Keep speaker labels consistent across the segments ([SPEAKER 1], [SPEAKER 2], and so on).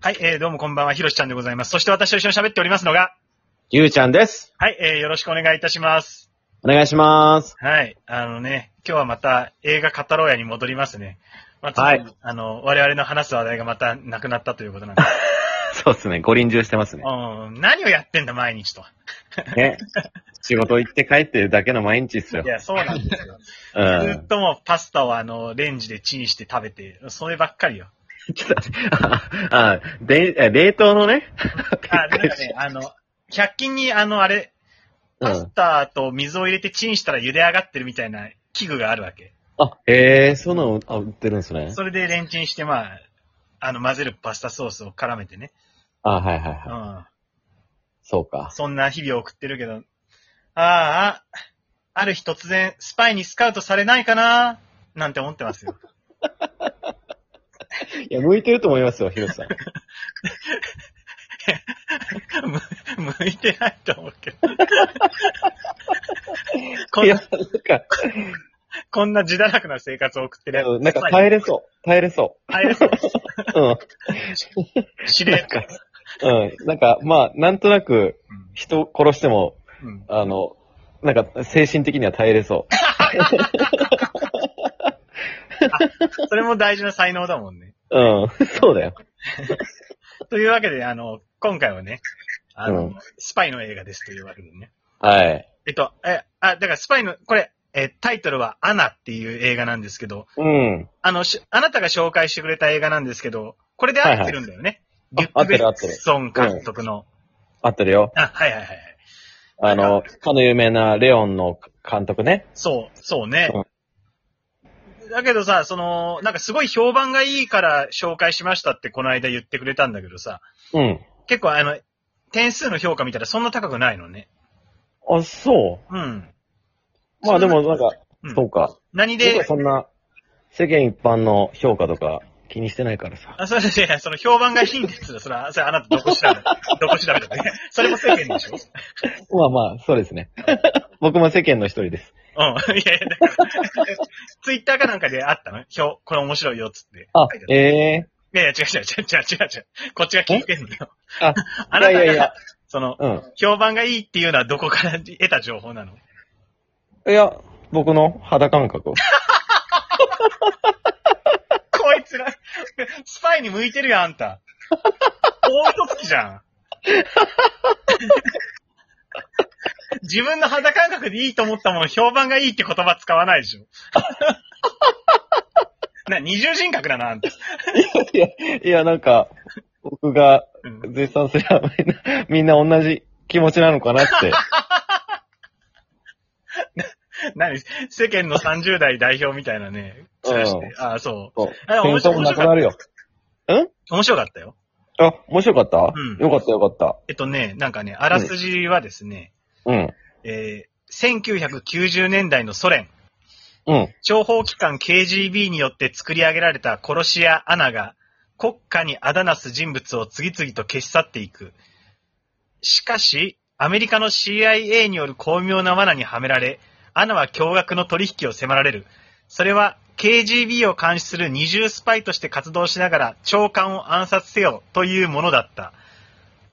[SPEAKER 1] はい、えー、どうもこんばんは、ひろしちゃんでございます。そして私と一緒に喋っておりますのが、
[SPEAKER 2] ゆうちゃんです。
[SPEAKER 1] はい、えー、よろしくお願いいたします。
[SPEAKER 2] お願いします。
[SPEAKER 1] はい、あのね、今日はまた映画語ろうやに戻りますね。まあ、ちょっと
[SPEAKER 2] はい
[SPEAKER 1] あの、我々の話す話題がまたなくなったということなんで。
[SPEAKER 2] そうですね。ご臨終してますね。
[SPEAKER 1] うん、何をやってんだ、毎日と。
[SPEAKER 2] ね。仕事行って帰ってるだけの毎日っすよ
[SPEAKER 1] い。や、そうなんですよ。
[SPEAKER 2] う
[SPEAKER 1] ずっ
[SPEAKER 2] ん。
[SPEAKER 1] ともうパスタをあの、レンジでチンして食べて、そればっかりよ。
[SPEAKER 2] ちょっと待って あ、あで、え冷凍のね。
[SPEAKER 1] あ、なんかね、あの、100均にあの、あれ、
[SPEAKER 2] う
[SPEAKER 1] パス
[SPEAKER 2] ん。
[SPEAKER 1] タと水を入れてチンしたら茹で上がってるみたいな器具があるわけ。
[SPEAKER 2] あ、へえ、そんなのあ売ってるんですね。
[SPEAKER 1] それでレンチンして、まあ、あの、混ぜるパスタソースを絡めてね。
[SPEAKER 2] あ、はいはいうはい。
[SPEAKER 1] ん。
[SPEAKER 2] そうか。
[SPEAKER 1] そんな日々を送ってるけど、ああ、ある日突然、スパイにスカウトされないかななんて思ってますよ。
[SPEAKER 2] いや、向いてると思いますよ、ひろしさん。
[SPEAKER 1] む向いてないと思うけど。 こ
[SPEAKER 2] い
[SPEAKER 1] ん
[SPEAKER 2] や、
[SPEAKER 1] な、
[SPEAKER 2] なんか、
[SPEAKER 1] こんな自堕落な生活を送ってるやつ。
[SPEAKER 2] なんか耐えれそう。耐えれそ
[SPEAKER 1] あれそう
[SPEAKER 2] う。 うん。
[SPEAKER 1] 司
[SPEAKER 2] なん
[SPEAKER 1] 令
[SPEAKER 2] か、うん。なんか、まあ、なんとなく、人殺しても、
[SPEAKER 1] うんうん
[SPEAKER 2] あの、なんか、精神的には耐えれそう。
[SPEAKER 1] それも大事な才能だもんね。
[SPEAKER 2] うん、 そうだよ。
[SPEAKER 1] というわけで、あの、今回はね、あの、
[SPEAKER 2] うん
[SPEAKER 1] スパイの映画ですというわけでね。
[SPEAKER 2] はい。
[SPEAKER 1] えっと、え、あ、だからスパイの、これ、え、タイトルはアナっていう映画なんですけど、
[SPEAKER 2] うん。
[SPEAKER 1] あの、しあなたが紹介してくれた映画なんですけど、これで合ってるんだよね。
[SPEAKER 2] はいはい
[SPEAKER 1] リュッ
[SPEAKER 2] あ合っ
[SPEAKER 1] ク・
[SPEAKER 2] て
[SPEAKER 1] ベ
[SPEAKER 2] る合ってる
[SPEAKER 1] ッソン監督の。
[SPEAKER 2] 合ってるよ。
[SPEAKER 1] あ、はいはいはいはい。
[SPEAKER 2] あの、かの有名なレオンの監督ね。
[SPEAKER 1] そう、そうね。だけどさ、その、なんかすごい評判がいいから紹介しましたってこの間言ってくれたんだけどさ、
[SPEAKER 2] うん。
[SPEAKER 1] 結構あの、点数の評価見たらそんな高くないのね。
[SPEAKER 2] あ、そ
[SPEAKER 1] うん。
[SPEAKER 2] う。まあでも、なんか、
[SPEAKER 1] うん
[SPEAKER 2] そうか。
[SPEAKER 1] 何
[SPEAKER 2] 僕
[SPEAKER 1] で
[SPEAKER 2] は、そんな、世間一般の評価とか気にしてないからさ。
[SPEAKER 1] あ、それで、その評判がいいんですよ。それは、それあなたどこ 調べたどこ調べたね。それも世間でしょ
[SPEAKER 2] まあまあ、そうですね。 僕も世間の一人です。
[SPEAKER 1] うん。いやいや、だから、 ツイッターかなんかであったの表、これ面白いよ、つって。
[SPEAKER 2] あ
[SPEAKER 1] 書い、て
[SPEAKER 2] ええ
[SPEAKER 1] いやいや、違う違う違う違う違う違う。こっちが聞いてんのよ。
[SPEAKER 2] あ、
[SPEAKER 1] あなたが、
[SPEAKER 2] いやいやいや
[SPEAKER 1] その、
[SPEAKER 2] う
[SPEAKER 1] 評判がいいっていうのはどこから得た情報なの
[SPEAKER 2] ん。いや、僕の肌 感覚。
[SPEAKER 1] こいつら、スパイに向いてるよ、あんた。大嘘つきじゃん。自分の肌感覚でいいと思ったもの、評判がいいって言葉使わないでしょ。な、二重人格だな、あんた。
[SPEAKER 2] いや、いや、なんか、僕が
[SPEAKER 1] うん
[SPEAKER 2] 絶賛すればみんな、みんな同じ気持ちなのかなって。
[SPEAKER 1] 何世間の30代代表みたいなね。
[SPEAKER 2] うん
[SPEAKER 1] ああ、そ
[SPEAKER 2] そう
[SPEAKER 1] あ
[SPEAKER 2] 戦
[SPEAKER 1] 面白
[SPEAKER 2] 争もなくなるよ。
[SPEAKER 1] う。面白かったよ。
[SPEAKER 2] あ、面白かった、
[SPEAKER 1] うん
[SPEAKER 2] よかったよかった。
[SPEAKER 1] えっとね、なんかね、あらすじはですね、
[SPEAKER 2] うん。
[SPEAKER 1] えー、1990年代のソ連、
[SPEAKER 2] うん。
[SPEAKER 1] 諜報機関 KGB によって作り上げられた殺し屋アナが、国家にあだなす人物を次々と消し去っていく。しかし、アメリカの CIA による巧妙な罠にはめられ、アナは驚愕の取引を迫られる。それは、KGB を監視する二重スパイとして活動しながら長官を暗殺せよというものだった。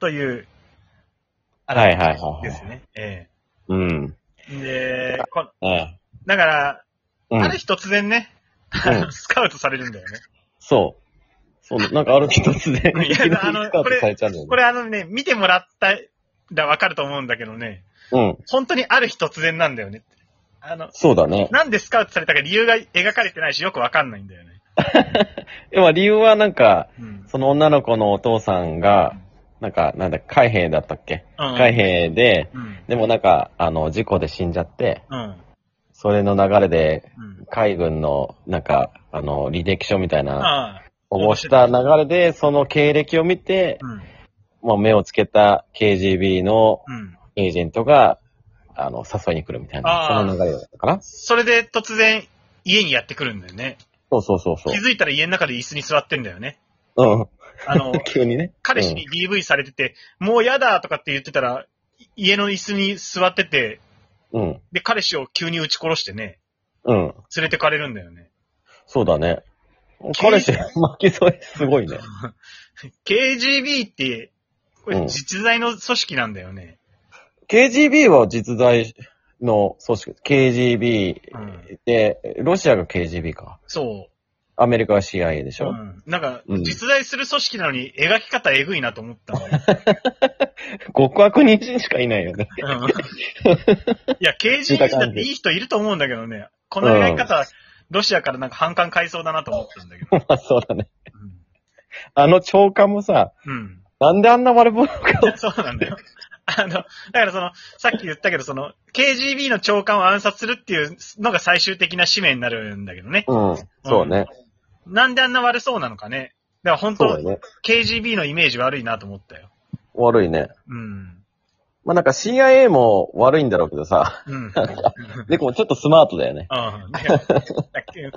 [SPEAKER 1] という、あら
[SPEAKER 2] はいはいはいはい
[SPEAKER 1] ですね。え
[SPEAKER 2] うん。
[SPEAKER 1] えで、こ
[SPEAKER 2] ね
[SPEAKER 1] だから、
[SPEAKER 2] う
[SPEAKER 1] ある
[SPEAKER 2] ん。
[SPEAKER 1] 日突然ね、
[SPEAKER 2] うん
[SPEAKER 1] スカウトされるんだよね。
[SPEAKER 2] そう。そう、なんかある日突然、
[SPEAKER 1] いや
[SPEAKER 2] いきな
[SPEAKER 1] あ
[SPEAKER 2] り
[SPEAKER 1] の
[SPEAKER 2] スカウトされちゃうんだよ
[SPEAKER 1] こ
[SPEAKER 2] ね。
[SPEAKER 1] れあのね、見てもらったらわかると思うんだけどね、
[SPEAKER 2] うん。
[SPEAKER 1] 本当にある日突然なんだよね。あの、
[SPEAKER 2] そうだね。
[SPEAKER 1] なんでスカウトされたか理由が描かれてないしよくわかんないんだよね。
[SPEAKER 2] でも理由はなんか、
[SPEAKER 1] うん。
[SPEAKER 2] その女の子のお父さんが、なんか、なんだ、海兵だったっけ、
[SPEAKER 1] うん
[SPEAKER 2] 海兵で、
[SPEAKER 1] うん。
[SPEAKER 2] でもなんか、あの、事故で死んじゃって、
[SPEAKER 1] うん。
[SPEAKER 2] それの流れで、
[SPEAKER 1] うん。
[SPEAKER 2] 海軍の、なんか、あの、履歴書みたいな、
[SPEAKER 1] ああ。
[SPEAKER 2] をした流れで、その経歴を見て
[SPEAKER 1] う、ん。
[SPEAKER 2] まあ、目をつけた KGB の
[SPEAKER 1] うん。
[SPEAKER 2] エージェントが、あの、誘いに来るみたい
[SPEAKER 1] あー
[SPEAKER 2] な、その流れだったかな
[SPEAKER 1] それで突然家にやってくるんだよね。
[SPEAKER 2] そうそうそうそ
[SPEAKER 1] 気づいたら家の中で椅子に座ってんだよね。
[SPEAKER 2] う。うん。
[SPEAKER 1] あ の、
[SPEAKER 2] 急にね。
[SPEAKER 1] 彼氏に DV されてて、もうやだとかって言ってたら、い家の椅子に座ってて、
[SPEAKER 2] うん。
[SPEAKER 1] で、彼氏を急に撃ち殺してね、
[SPEAKER 2] うん。うん。
[SPEAKER 1] 連れてかれるんだよね。
[SPEAKER 2] そうだね
[SPEAKER 1] 急に。
[SPEAKER 2] 彼氏、巻き添えすごいね。
[SPEAKER 1] KGB って、こ
[SPEAKER 2] う
[SPEAKER 1] れ
[SPEAKER 2] ん
[SPEAKER 1] 実在の組織なんだよね。
[SPEAKER 2] KGB は実在の組織、KGB
[SPEAKER 1] うん
[SPEAKER 2] で、ロシアが KGB か。
[SPEAKER 1] そ
[SPEAKER 2] アメリカは CIA でし
[SPEAKER 1] う。う
[SPEAKER 2] ょ、
[SPEAKER 1] ん、なんか、
[SPEAKER 2] うん
[SPEAKER 1] 実在する組織なのに描き方えぐいなと思ったのよ。
[SPEAKER 2] 極悪人心しかいないよね。
[SPEAKER 1] うんいや、KGB だっていい人いると思うんだけどね。このやり方は、ロシアからなんか反感買いそうだなと思ったんだけ ど。
[SPEAKER 2] まあそうだね。あの長官もさ、
[SPEAKER 1] うん。
[SPEAKER 2] なんであんな悪者か。
[SPEAKER 1] うん、そうなんだよ。あの、だからその、さっき言ったけど、その、KGB の長官を暗殺するっていうのが最終的な使命になるんだけどね。
[SPEAKER 2] うん。そうね。
[SPEAKER 1] なんであんな悪そうなのかね。だから本
[SPEAKER 2] そうだ
[SPEAKER 1] 当、
[SPEAKER 2] ね。
[SPEAKER 1] KGB のイメージ悪いなと思ったよ。
[SPEAKER 2] 悪いね。
[SPEAKER 1] うん。
[SPEAKER 2] まあなんか CIA も悪いんだろうけどさ、
[SPEAKER 1] うん。
[SPEAKER 2] でもちょっとスマートだよね。
[SPEAKER 1] うん。だからだから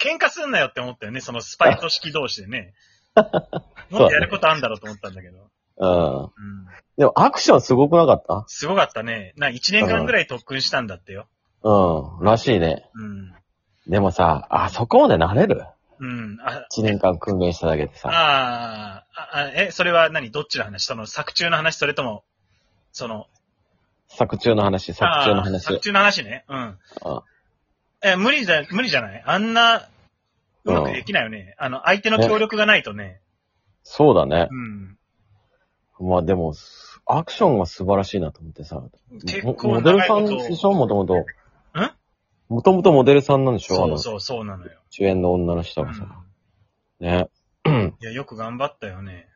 [SPEAKER 1] 喧嘩すんなよって思ったよね、そのスパイ組織同士でね。
[SPEAKER 2] そうだね
[SPEAKER 1] もっとやることあんだろうと思ったんだけど。
[SPEAKER 2] うん。
[SPEAKER 1] うん。
[SPEAKER 2] でもアクションすごくなかった
[SPEAKER 1] すごかったね。な、1年間ぐらい特訓したんだってよ。
[SPEAKER 2] うん。らしいね。
[SPEAKER 1] うん。
[SPEAKER 2] でもさ、あそこまで慣れる
[SPEAKER 1] うん。あ、
[SPEAKER 2] ?1 年間訓練しただけでさ。
[SPEAKER 1] あーあ、あえ、それは何どっちの話その作中の話それとも、その、
[SPEAKER 2] 作中の話、作中
[SPEAKER 1] あ
[SPEAKER 2] の
[SPEAKER 1] ー
[SPEAKER 2] 話。
[SPEAKER 1] 作中の話ね。うん。
[SPEAKER 2] うん
[SPEAKER 1] え、無理じゃ、無理じゃないあんな、うまくできないよね。あの、相手の協力がないとね。
[SPEAKER 2] そうだね
[SPEAKER 1] う。ん。
[SPEAKER 2] まあでも、すアクションが素晴らしいなと思ってさ。
[SPEAKER 1] 結
[SPEAKER 2] モ
[SPEAKER 1] 構
[SPEAKER 2] モデル
[SPEAKER 1] 長い
[SPEAKER 2] さ
[SPEAKER 1] こ
[SPEAKER 2] ん
[SPEAKER 1] と。
[SPEAKER 2] でしょもともと。ん
[SPEAKER 1] ん
[SPEAKER 2] もともとモデルさんなんでしょあ
[SPEAKER 1] そ
[SPEAKER 2] の
[SPEAKER 1] う、そう、そうなのよ。
[SPEAKER 2] 主演の女の人
[SPEAKER 1] う
[SPEAKER 2] がさ。
[SPEAKER 1] ん
[SPEAKER 2] ね。
[SPEAKER 1] いや、よく頑張ったよね。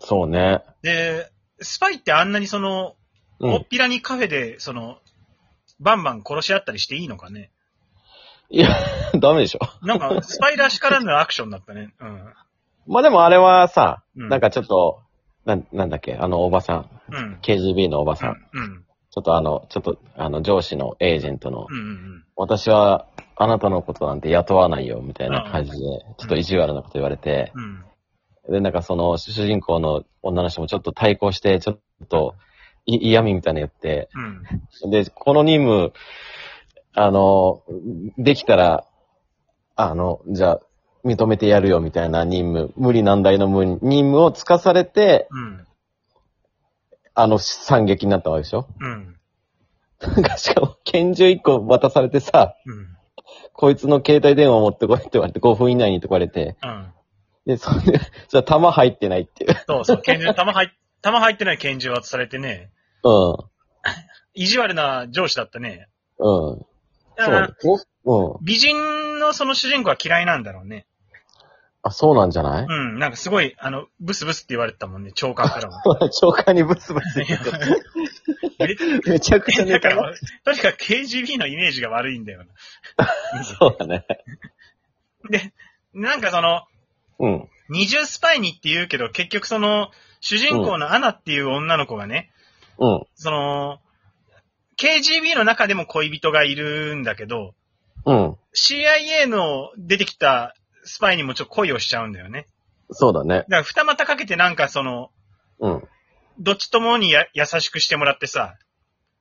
[SPEAKER 2] そうね。
[SPEAKER 1] で、スパイってあんなにその、
[SPEAKER 2] う
[SPEAKER 1] おっ
[SPEAKER 2] ん。
[SPEAKER 1] ぴらにカフェで、その、バンバン殺し合ったりしていいのかね。
[SPEAKER 2] いや、 ダメでしょ。
[SPEAKER 1] なん か、スパイらしからぬアクションだったね。うん。
[SPEAKER 2] まあでもあれはさ、
[SPEAKER 1] うん
[SPEAKER 2] なんかちょっと、なん、なんだっけ、あのおばさん、
[SPEAKER 1] うん。
[SPEAKER 2] KGB のおば
[SPEAKER 1] う
[SPEAKER 2] さん、
[SPEAKER 1] ん。うん。
[SPEAKER 2] ちょっとあの、ちょっと、あの、上司のエージェントの、
[SPEAKER 1] うんうん。
[SPEAKER 2] 私は、あなたのことなんて雇わないよ、みたいな感じで、ちょっと意地悪なこと言われて、
[SPEAKER 1] うん。
[SPEAKER 2] で、なんかその、主人公の女の人もちょっと対抗して、ちょっと、い嫌味みたいなの言って、
[SPEAKER 1] うん。
[SPEAKER 2] で、この任務、あの、できたら、あの、じゃあ、認めてやるよ、みたいな任務、無理難題の無任務をつかされて、
[SPEAKER 1] うん。
[SPEAKER 2] あの、惨劇になったわけでしょ
[SPEAKER 1] うん。
[SPEAKER 2] なんか、しかも、拳銃1個渡されてさ、
[SPEAKER 1] うん。
[SPEAKER 2] こいつの携帯電話持ってこいって言われて、5分以内にって言われて、
[SPEAKER 1] うん。
[SPEAKER 2] で、そんで、 じゃあ弾入ってないっていう。
[SPEAKER 1] そうそう、拳銃、弾入っ、 弾入ってない拳銃渡されてね、
[SPEAKER 2] う
[SPEAKER 1] 意地悪な上司だったね。
[SPEAKER 2] ん。うん。
[SPEAKER 1] だ
[SPEAKER 2] そう
[SPEAKER 1] か
[SPEAKER 2] なん
[SPEAKER 1] ら、
[SPEAKER 2] ですよ。うん。
[SPEAKER 1] 美人のその主人公は嫌いなんだろうね。
[SPEAKER 2] あ、そうなんじゃない
[SPEAKER 1] うん、なんかすごい、あの、ブスブスって言われてたもんね、長官 からも。
[SPEAKER 2] 長官にブツ ブツ言ってめちゃくちゃ
[SPEAKER 1] だ
[SPEAKER 2] ネ
[SPEAKER 1] か
[SPEAKER 2] タ
[SPEAKER 1] ら、とにかく KGB のイメージが悪いんだよ
[SPEAKER 2] そう だね。
[SPEAKER 1] な。で、なんかその、
[SPEAKER 2] うん。
[SPEAKER 1] 二重スパイにって言うけど、結局その、主人公のアナっていう女の子がね、
[SPEAKER 2] うん。
[SPEAKER 1] その、KGB の中でも恋人がいるんだけど、
[SPEAKER 2] うん。
[SPEAKER 1] CIA の出てきたスパイにもちょっと恋をしちゃうんだよね。
[SPEAKER 2] そうだね。
[SPEAKER 1] だから二股かけてなんかその、
[SPEAKER 2] うん。
[SPEAKER 1] どっちともにや優しくしてもらってさ、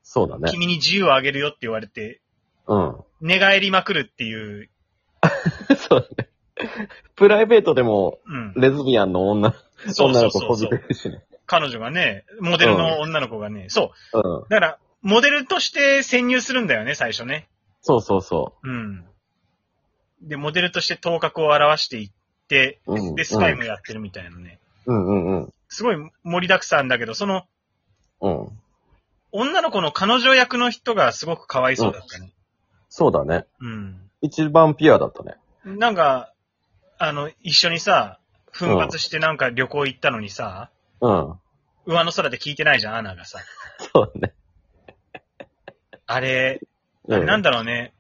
[SPEAKER 2] そうだね。
[SPEAKER 1] 君に自由をあげるよって言われて、
[SPEAKER 2] うん。
[SPEAKER 1] 寝返りまくるっていう、
[SPEAKER 2] そうだね。プライベートでも、
[SPEAKER 1] うん。
[SPEAKER 2] レズビアンの女、
[SPEAKER 1] そう
[SPEAKER 2] 女
[SPEAKER 1] そう
[SPEAKER 2] の子
[SPEAKER 1] そう
[SPEAKER 2] こ
[SPEAKER 1] そ
[SPEAKER 2] び
[SPEAKER 1] う
[SPEAKER 2] て。るしね。
[SPEAKER 1] 彼女がね、モデルの女の子がね、そう。
[SPEAKER 2] うん。
[SPEAKER 1] だから、モデルとして潜入するんだよね、最初ね。
[SPEAKER 2] そうそうそ
[SPEAKER 1] うん。で、モデルとして頭角を現していって、
[SPEAKER 2] う。うん。
[SPEAKER 1] で、スパイもやってるみたいなね。
[SPEAKER 2] うんうんうん。
[SPEAKER 1] すごい盛りだくさんだけど、その、
[SPEAKER 2] うん。
[SPEAKER 1] 女の子の彼女役の人がすごくかわいそうだったね。
[SPEAKER 2] そうだね。
[SPEAKER 1] うん。
[SPEAKER 2] 一番ピュアだったね。
[SPEAKER 1] なんか、あの、一緒にさ、奮発してなんか旅行行ったのにさ、
[SPEAKER 2] うん。
[SPEAKER 1] 上の空で聞いてないじゃん、アナがさ。
[SPEAKER 2] そうだね。
[SPEAKER 1] あれ、
[SPEAKER 2] うん
[SPEAKER 1] なんだろうね。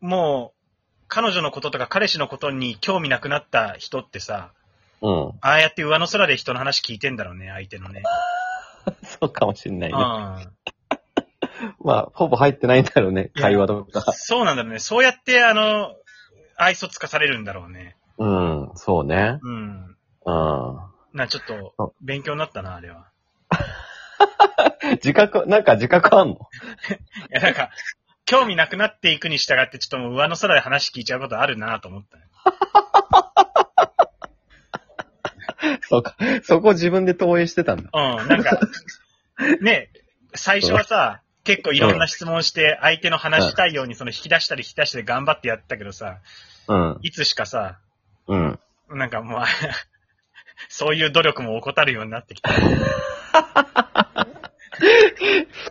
[SPEAKER 1] もう、彼女のこととか彼氏のことに興味なくなった人ってさ、
[SPEAKER 2] うん。
[SPEAKER 1] ああやって上の空で人の話聞いてんだろうね、相手のね。
[SPEAKER 2] そうかもしんないね。
[SPEAKER 1] う
[SPEAKER 2] まあ、ほぼ入ってないんだろうね。
[SPEAKER 1] いや
[SPEAKER 2] 会話と
[SPEAKER 1] ん
[SPEAKER 2] か。。
[SPEAKER 1] そうなんだろうね。そうやって、あの、愛想つかされるんだろうね。
[SPEAKER 2] うん。そうね。
[SPEAKER 1] うん。
[SPEAKER 2] うん。
[SPEAKER 1] な、ちょっと、勉強になったな、あれは。
[SPEAKER 2] 自覚、なんか自覚あんの
[SPEAKER 1] いや、なんか、興味なくなっていくに従って、ちょっともう上の空で話聞いちゃうことあるなと思ったね。
[SPEAKER 2] そうか。そこ自分で投影してたんだ。
[SPEAKER 1] うん、なん か、ね、最初はさ、結構いろんな質問して、相手の話したいようにその引き出したり引き出したり頑張ってやったけどさ、
[SPEAKER 2] うん。
[SPEAKER 1] いつしかさ、
[SPEAKER 2] うん。
[SPEAKER 1] なんかもう、 そういう努力も怠るようになってきた。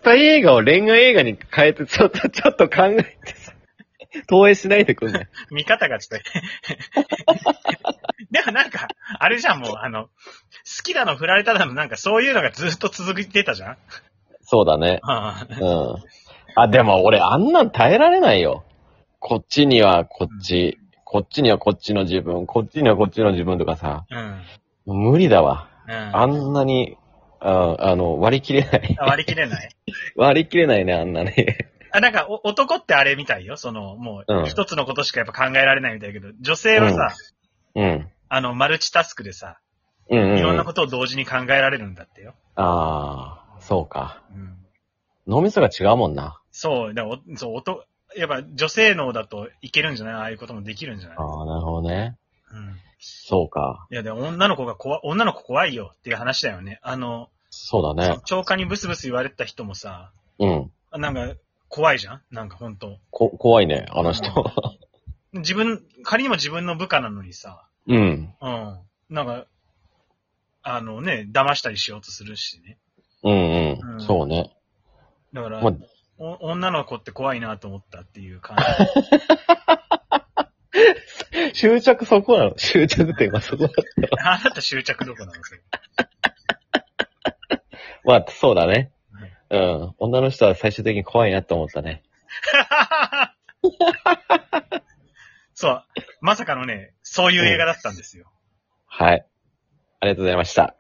[SPEAKER 2] 二重映画を恋愛映画に変えて、ちょっと、ちょっと考えてさ、投影しないでくんね。
[SPEAKER 1] 見方がちょっと。 でもなんか、あれじゃん、もう、あの、好きだの振られただの、なんかそういうのがずっと続いてたじゃん
[SPEAKER 2] そうだね。
[SPEAKER 1] うん
[SPEAKER 2] うん。あ、でも俺あんなん耐えられないよ。こっちにはこっち、こっちにはこっちの自分、こっちにはこっちの自分とかさ、
[SPEAKER 1] うん。
[SPEAKER 2] 無理だわ。
[SPEAKER 1] うん。
[SPEAKER 2] あんなに、ああの、割り切れない。
[SPEAKER 1] 割り切れない。
[SPEAKER 2] 割り切れないね、あんなね。
[SPEAKER 1] あ、なんかお、男ってあれみたいよ。その、も
[SPEAKER 2] う
[SPEAKER 1] う、
[SPEAKER 2] ん
[SPEAKER 1] 一つのことしかやっぱ考えられないみたいだけど、女性はさ、
[SPEAKER 2] うん。
[SPEAKER 1] あの、マルチタスクでさ、
[SPEAKER 2] うんうん、うん。
[SPEAKER 1] いろんなことを同時に考えられるんだってよ。
[SPEAKER 2] ああ、そうか。
[SPEAKER 1] うん。
[SPEAKER 2] 脳みそが違うもんな。
[SPEAKER 1] そう、だからおそう、男、やっぱ女性能だといけるんじゃないああいうこともできるんじゃない
[SPEAKER 2] ああ、なるほどね。
[SPEAKER 1] うん。
[SPEAKER 2] そうか。
[SPEAKER 1] いや、でも女の子が怖い、女の子怖いよっていう話だよね。あの、
[SPEAKER 2] そうだね。
[SPEAKER 1] 長官にブスブス言われてた人もさ、
[SPEAKER 2] うん。
[SPEAKER 1] なんか、怖いじゃんなんか本当
[SPEAKER 2] こ、怖いね、あの人。
[SPEAKER 1] 自分、仮にも自分の部下なのにさ、
[SPEAKER 2] うん。
[SPEAKER 1] うん。なんか、あのね、騙したりしようとするしね。
[SPEAKER 2] うん
[SPEAKER 1] う
[SPEAKER 2] うんん。そうね。
[SPEAKER 1] だから、
[SPEAKER 2] まあ
[SPEAKER 1] お女の子って怖いなと思ったっていう 感
[SPEAKER 2] 執着そこなの 執着っていうかそこ。
[SPEAKER 1] じ。あなた執着どこなのそれ
[SPEAKER 2] まあ、そうだね。うん。女の人は最終的に怖いなと思ったね。
[SPEAKER 1] そう。まさかのね、そういう映画だったんですよ。
[SPEAKER 2] はい。ありがとうございました。